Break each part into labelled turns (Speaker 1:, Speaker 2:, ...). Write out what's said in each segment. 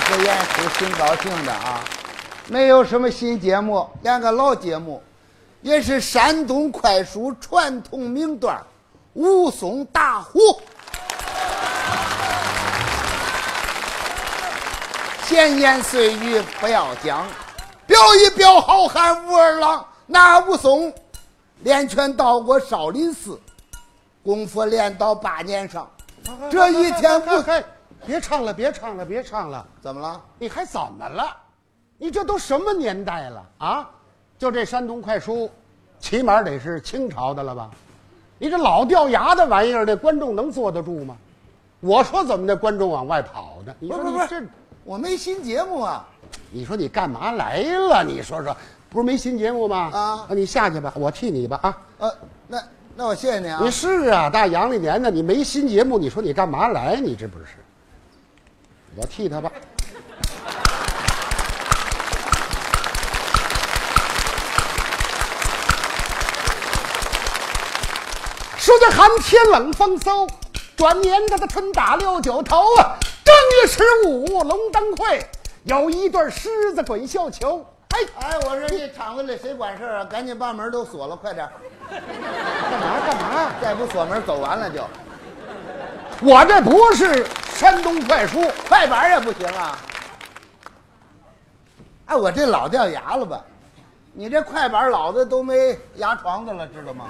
Speaker 1: 实验室心高兴的啊，没有什么新节目，连个老节目，也是山东快书传统名段儿《武松打虎》。闲言碎语不要讲，表一表好汉武二郎，那武松连拳到过少林寺，功夫练到八年上。这一天
Speaker 2: 嗨
Speaker 1: 武
Speaker 2: 嗨嗨别唱了，别唱了，别唱了！
Speaker 1: 怎么了？
Speaker 2: 你还怎么了？你这都什么年代了啊？就这山东快书，起码得是清朝的了吧？你这老掉牙的玩意儿，那观众能坐得住吗？我说怎么那观众往外跑呢？你
Speaker 1: 不
Speaker 2: 说
Speaker 1: 是
Speaker 2: 你
Speaker 1: 不是不
Speaker 2: 这
Speaker 1: 是，，我没新节目啊。
Speaker 2: 你说你干嘛来了？你说说，不是没新节目吗？
Speaker 1: 啊
Speaker 2: 你下去吧，我替你吧啊！
Speaker 1: 呃，那那我谢谢你啊
Speaker 2: 你。是啊，大阳历年的，你没新节目，你说你干嘛来？你这不是？我替他吧。说这寒天冷风嗖，转年他的春打六九头啊！正月十五龙灯会，有一对狮子滚绣球。哎，
Speaker 1: 哎，我说这厂子里谁管事儿啊？赶紧把门都锁了，快点儿！
Speaker 2: 干嘛干嘛？
Speaker 1: 再不锁门走完了就，
Speaker 2: 我这不是山东快书，
Speaker 1: 快板也不行啊！哎，我这老掉牙了吧？你这快板老子都没牙床子了，知道吗？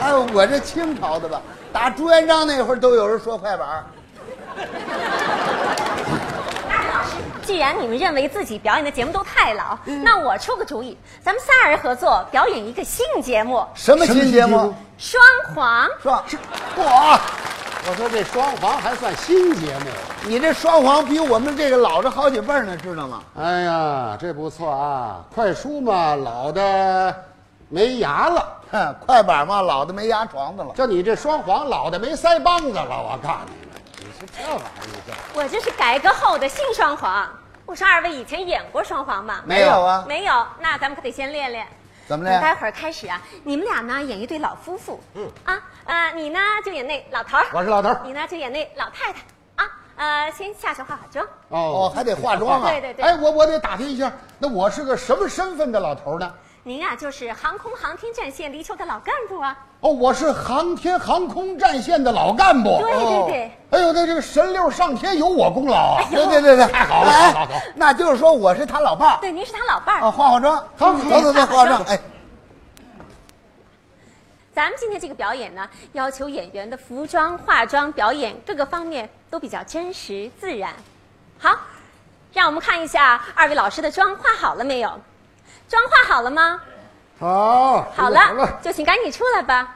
Speaker 1: 哎，我这清朝的吧，打朱元璋那会儿都有人说快板儿。
Speaker 3: 既然你们认为自己表演的节目都太老，那我出个主意，咱们仨人合作表演一个新节目
Speaker 1: 什么
Speaker 2: 什
Speaker 1: 新
Speaker 2: 么新
Speaker 1: 节
Speaker 2: 节
Speaker 1: 目
Speaker 2: 目？
Speaker 3: ——双簧。
Speaker 1: 说，
Speaker 2: 嚯！我说这双簧还算新节目，
Speaker 1: 你这双簧比我们这个老着好几辈儿呢，知道吗？
Speaker 2: 哎呀，这不错啊！快书嘛，老的没牙了，
Speaker 1: 哼，快板嘛，老子没牙床子了。
Speaker 2: 就你这双簧，老的没腮帮子了。我告诉你，你是这玩意儿，你这
Speaker 3: 我这是改革后的新双簧。我说二位以前演过双簧吗？
Speaker 1: 没有啊
Speaker 3: 没有，那咱们可得先练练。
Speaker 1: 怎么
Speaker 3: 从待
Speaker 1: 的？
Speaker 3: 会儿开始啊，你们俩呢演一对老夫妇，嗯啊呃，你呢就演那老头儿，
Speaker 2: 我是老头儿
Speaker 3: 你呢就演那老太太啊，呃，先下手化化妆。
Speaker 1: 哦，还得化妆啊。
Speaker 3: 对对对
Speaker 2: 哎，我我得打听一下，那我是个什么身份的老头呢？
Speaker 3: 您啊就是航空航天战线离球的老干部啊，
Speaker 2: 哦，我是航天航空战线的老干部。
Speaker 3: 对对对
Speaker 2: 哎呦，那这个神六上天有我功劳啊！
Speaker 1: 对对对对，
Speaker 2: 太好了
Speaker 1: 哎
Speaker 2: 好好好
Speaker 1: 那就是说我是他老伴儿
Speaker 3: 对，您是他老伴儿。
Speaker 1: 啊，化化妆，
Speaker 2: 好
Speaker 1: 走
Speaker 2: 好
Speaker 1: 走走，化化妆。哎，
Speaker 3: 咱们今天这个表演呢，要求演员的服装、化妆、表演各个方面都比较真实自然。好，让我们看一下二位老师的妆化好了没有？妆化好了吗？
Speaker 2: 好，
Speaker 3: 好了，就请赶紧出来吧。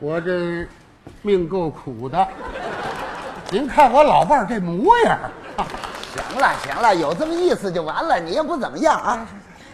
Speaker 2: 我这命够苦的。您看我老伴儿这模样儿，
Speaker 1: 行了行了，有这么意思就完了，你也不怎么样啊。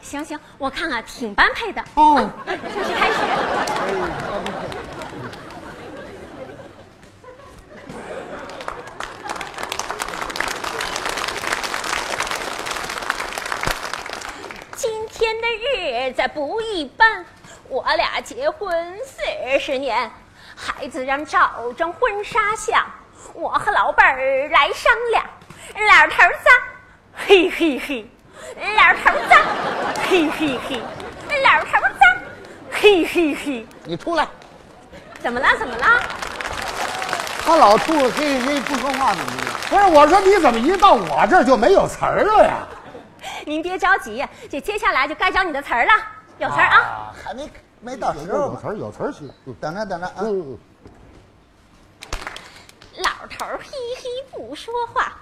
Speaker 3: 行行，我看啊，挺般配的。
Speaker 2: 哦，
Speaker 3: 正式开始。今天的日子不一般，我俩结婚四十年，孩子让照张婚纱相，我和老伴儿来商量，老头儿子，嘿嘿嘿，哎老头儿子，嘿嘿嘿，老头儿子，嘿嘿嘿，
Speaker 1: 你出来，
Speaker 3: 怎么了？怎么了？
Speaker 1: 他老吐嘿嘿不说话怎么的？
Speaker 2: 不是我说你怎么一到我这儿就没有词儿了呀？
Speaker 3: 您别着急，这接下来就该找你的词儿了，有词儿啊
Speaker 1: 啊，还没没到时候
Speaker 2: 有
Speaker 1: 嘛
Speaker 2: 词，儿有词儿行。嗯
Speaker 1: 等着等着啊。
Speaker 2: 嗯，嗯
Speaker 3: 老头儿嘿嘿不说话，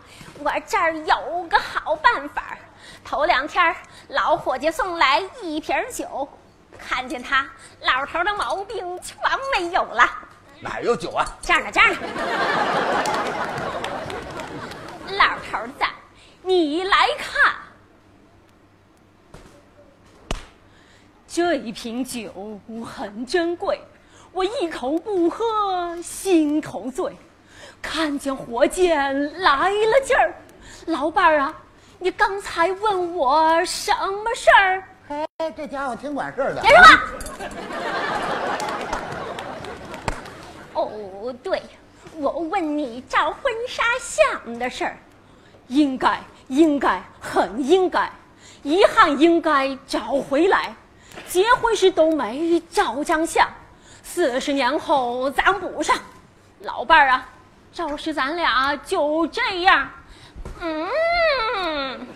Speaker 3: 我这儿有个好办法儿。头两天儿老伙计送来一瓶儿酒，看见他老头儿的毛病全没有了。
Speaker 1: 哪有酒啊？
Speaker 3: 这样的，这样的。老头儿子，你来看，这一瓶酒很珍贵，我一口不喝心头醉。看见火箭来了劲儿，老伴儿啊，你刚才问我什么事儿？
Speaker 1: 这家伙挺管事儿的
Speaker 3: 别。说话。哦，对，我问你照婚纱相的事儿，应该，应该，很应该，遗憾应该找回来。结婚时都没照张相，四十年后咱补上。老伴儿啊，照时咱俩就这样，嗯。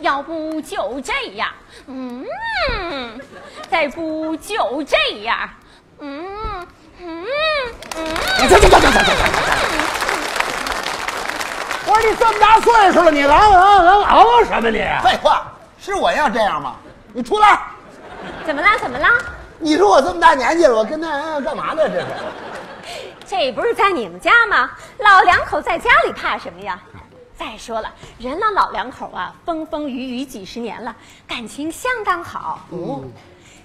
Speaker 3: 要不就这样，嗯，再不就这样，嗯嗯嗯，
Speaker 2: 走走走走走走。我说你这么大岁数了，你嚷嚷嚷嚷嚷什么你？
Speaker 1: 废话，是我要这样吗？你出来！
Speaker 3: 怎么啦？怎么啦？
Speaker 1: 你说我这么大年纪了，我跟那人干嘛呢？这是
Speaker 3: 这不是在你们家吗？老两口在家里怕什么呀？再说了，人家老两口啊，风风雨雨几十年了，感情相当好。哦，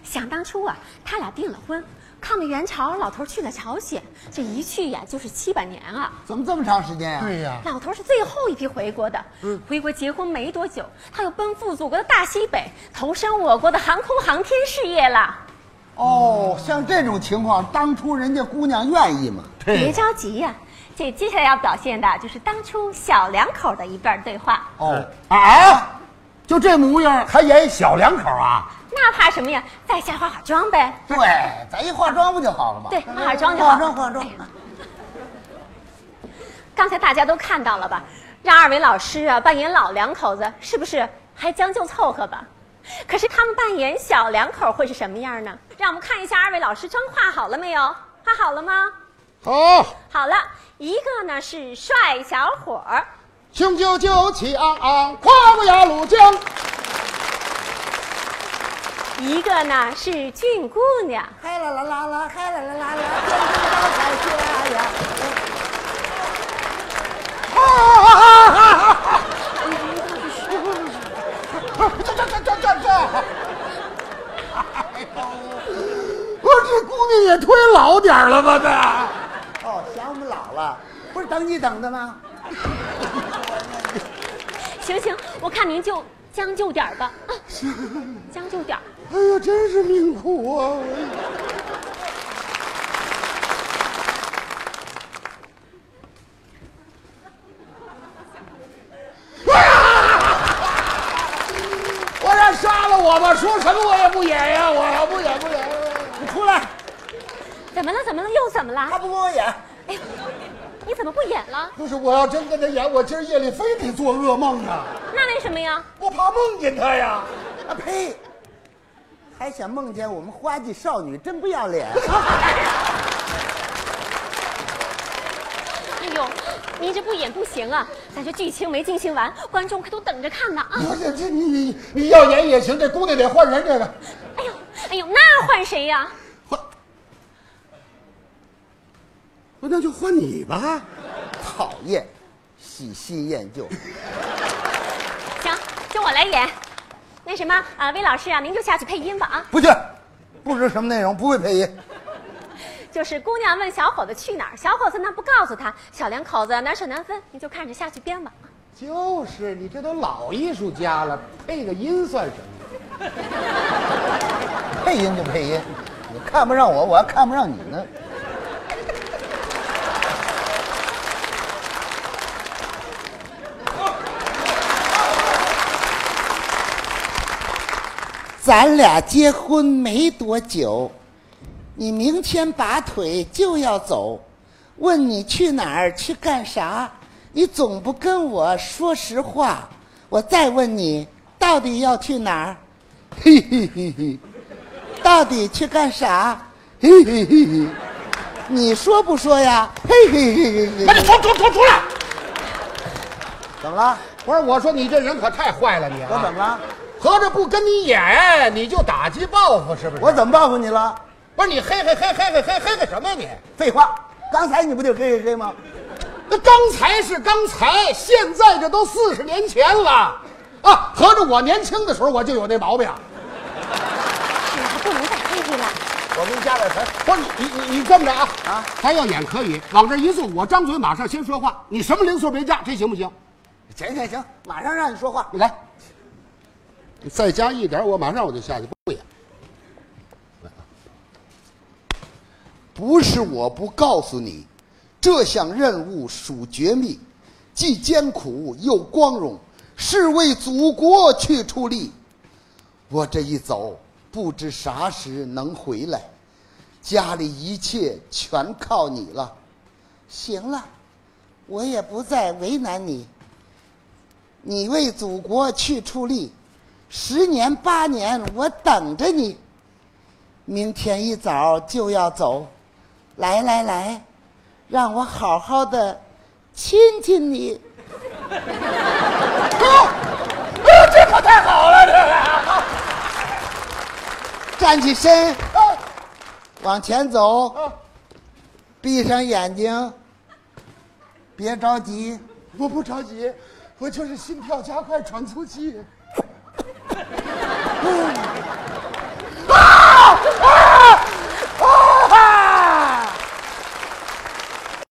Speaker 3: 想当初啊，他俩订了婚，抗美援朝，老头去了朝鲜，这一去呀、就是七八年啊。
Speaker 1: 怎么这么长时间呀、
Speaker 2: 对呀、
Speaker 3: 老头是最后一批回国的，
Speaker 1: 嗯
Speaker 3: 回国结婚没多久，他又奔赴祖国的大西北，投身我国的航空航天事业了。
Speaker 1: 哦，像这种情况，当初人家姑娘愿意吗？
Speaker 3: 别着急呀、这接下来要表现的就是当初小两口的一段对话，
Speaker 1: 哦，
Speaker 2: 啊，就这模样还演小两口啊？
Speaker 3: 那怕什么呀？在家化化妆呗。
Speaker 1: 对，咱一化妆不就好了吗？
Speaker 3: 对，化化妆就好。
Speaker 1: 化妆化妆
Speaker 3: 哎。呀刚才大家都看到了吧？让二位老师啊扮演老两口子，是不是还将就凑合吧？可是他们扮演小两口会是什么样呢？让我们看一下二位老师妆化好了没有？化好了吗？
Speaker 2: 好，
Speaker 3: 好了，一个呢是帅小伙儿，
Speaker 2: 雄赳赳，气昂昂，跨过鸭绿江。
Speaker 3: 一个呢是俊姑娘，
Speaker 1: 嗨啦啦啦啦，嗨啦啦啦啦，天上的彩霞呀！啊啊啊啊啊！这这这这这这！
Speaker 2: 我这姑娘也忒老点儿了吧？这
Speaker 1: 哦，嫌我们老了，不是等你等的吗？
Speaker 3: 哎行行，我看您就将就点儿吧，啊，将就点儿。
Speaker 2: 哎呀，真是命苦啊！我让哎杀了我吧，说什么我也不演呀，我不演不演。
Speaker 1: 你出来，
Speaker 3: 怎么了？怎么了？又怎么
Speaker 1: 他不
Speaker 3: 了？
Speaker 1: 跟我演。
Speaker 3: 哎呦，你怎么不演了？
Speaker 2: 不是，我要真跟他演，我今儿夜里非得做噩梦啊！
Speaker 3: 那为什么呀？
Speaker 2: 我怕梦见他呀。
Speaker 1: 啊呸！还想梦见我们花季少女，真不要脸！啊
Speaker 3: 哎呦，您这不演不行啊！咱这剧情没进行完，观众可都等着看呢啊！
Speaker 2: 我这这你你你要演也行，这姑娘得换人，这个
Speaker 3: 哎呦，哎呦，那换谁呀、
Speaker 2: 换，那就换你吧。
Speaker 1: 讨厌，喜新厌旧。
Speaker 3: 行，就我来演。那什么啊，魏老师啊，您就下去配音吧啊！
Speaker 1: 不去，不知什么内容，不会配音。
Speaker 3: 就是姑娘问小伙子去哪儿，小伙子呢不告诉他，小两口子难舍难分，您就看着下去编吧。啊
Speaker 2: 就是你这都老艺术家了，配个音算什么？
Speaker 1: 配音就配音，你看不上我，我还看不上你呢。咱俩结婚没多久，你明天拔腿就要走，问你去哪儿去干啥，你总不跟我说实话。我再问你，到底要去哪儿？嘿嘿嘿嘿。到底去干啥？嘿嘿嘿嘿，你说不说呀？嘿嘿嘿嘿
Speaker 2: 赶
Speaker 1: 嘿，
Speaker 2: 紧出出出出来！
Speaker 1: 怎么了？
Speaker 2: 不是，我说你这人可太坏了，你啊！
Speaker 1: 我怎么了？
Speaker 2: 合着不跟你演，你就打击报复是不是？
Speaker 1: 我怎么报复你了？
Speaker 2: 不是你嘿嘿嘿嘿嘿嘿嘿个什么呀你？
Speaker 1: 废话，刚才你不就嘿嘿嘿吗？
Speaker 2: 那刚才是刚才，现在这都四十年前了，啊，合着我年轻的时候我就有那毛病。
Speaker 3: 你还嗯不能再配配了。
Speaker 1: 我给你加点词儿，
Speaker 2: 不是你你你你这么着
Speaker 1: 啊
Speaker 2: 啊啊，咱要演可以，往这一坐，我张嘴马上先说话，你什么零碎别加，这行不行？
Speaker 1: 行行行，马上让你说话。
Speaker 2: 你来，再加一点，我马上我就下去不演。
Speaker 1: 不是我不告诉你，这项任务属绝密，既艰苦又光荣，是为祖国去出力。我这一走，不知啥时能回来，家里一切全靠你了。
Speaker 4: 行了，我也不再为难你。你为祖国去出力，十年八年我等着你。明天一早就要走，来来来，让我好好的亲亲你。
Speaker 1: 站起身，往前走
Speaker 2: 啊，
Speaker 1: 闭上眼睛，别着急。
Speaker 2: 我不着急，我就是心跳加快，喘粗气。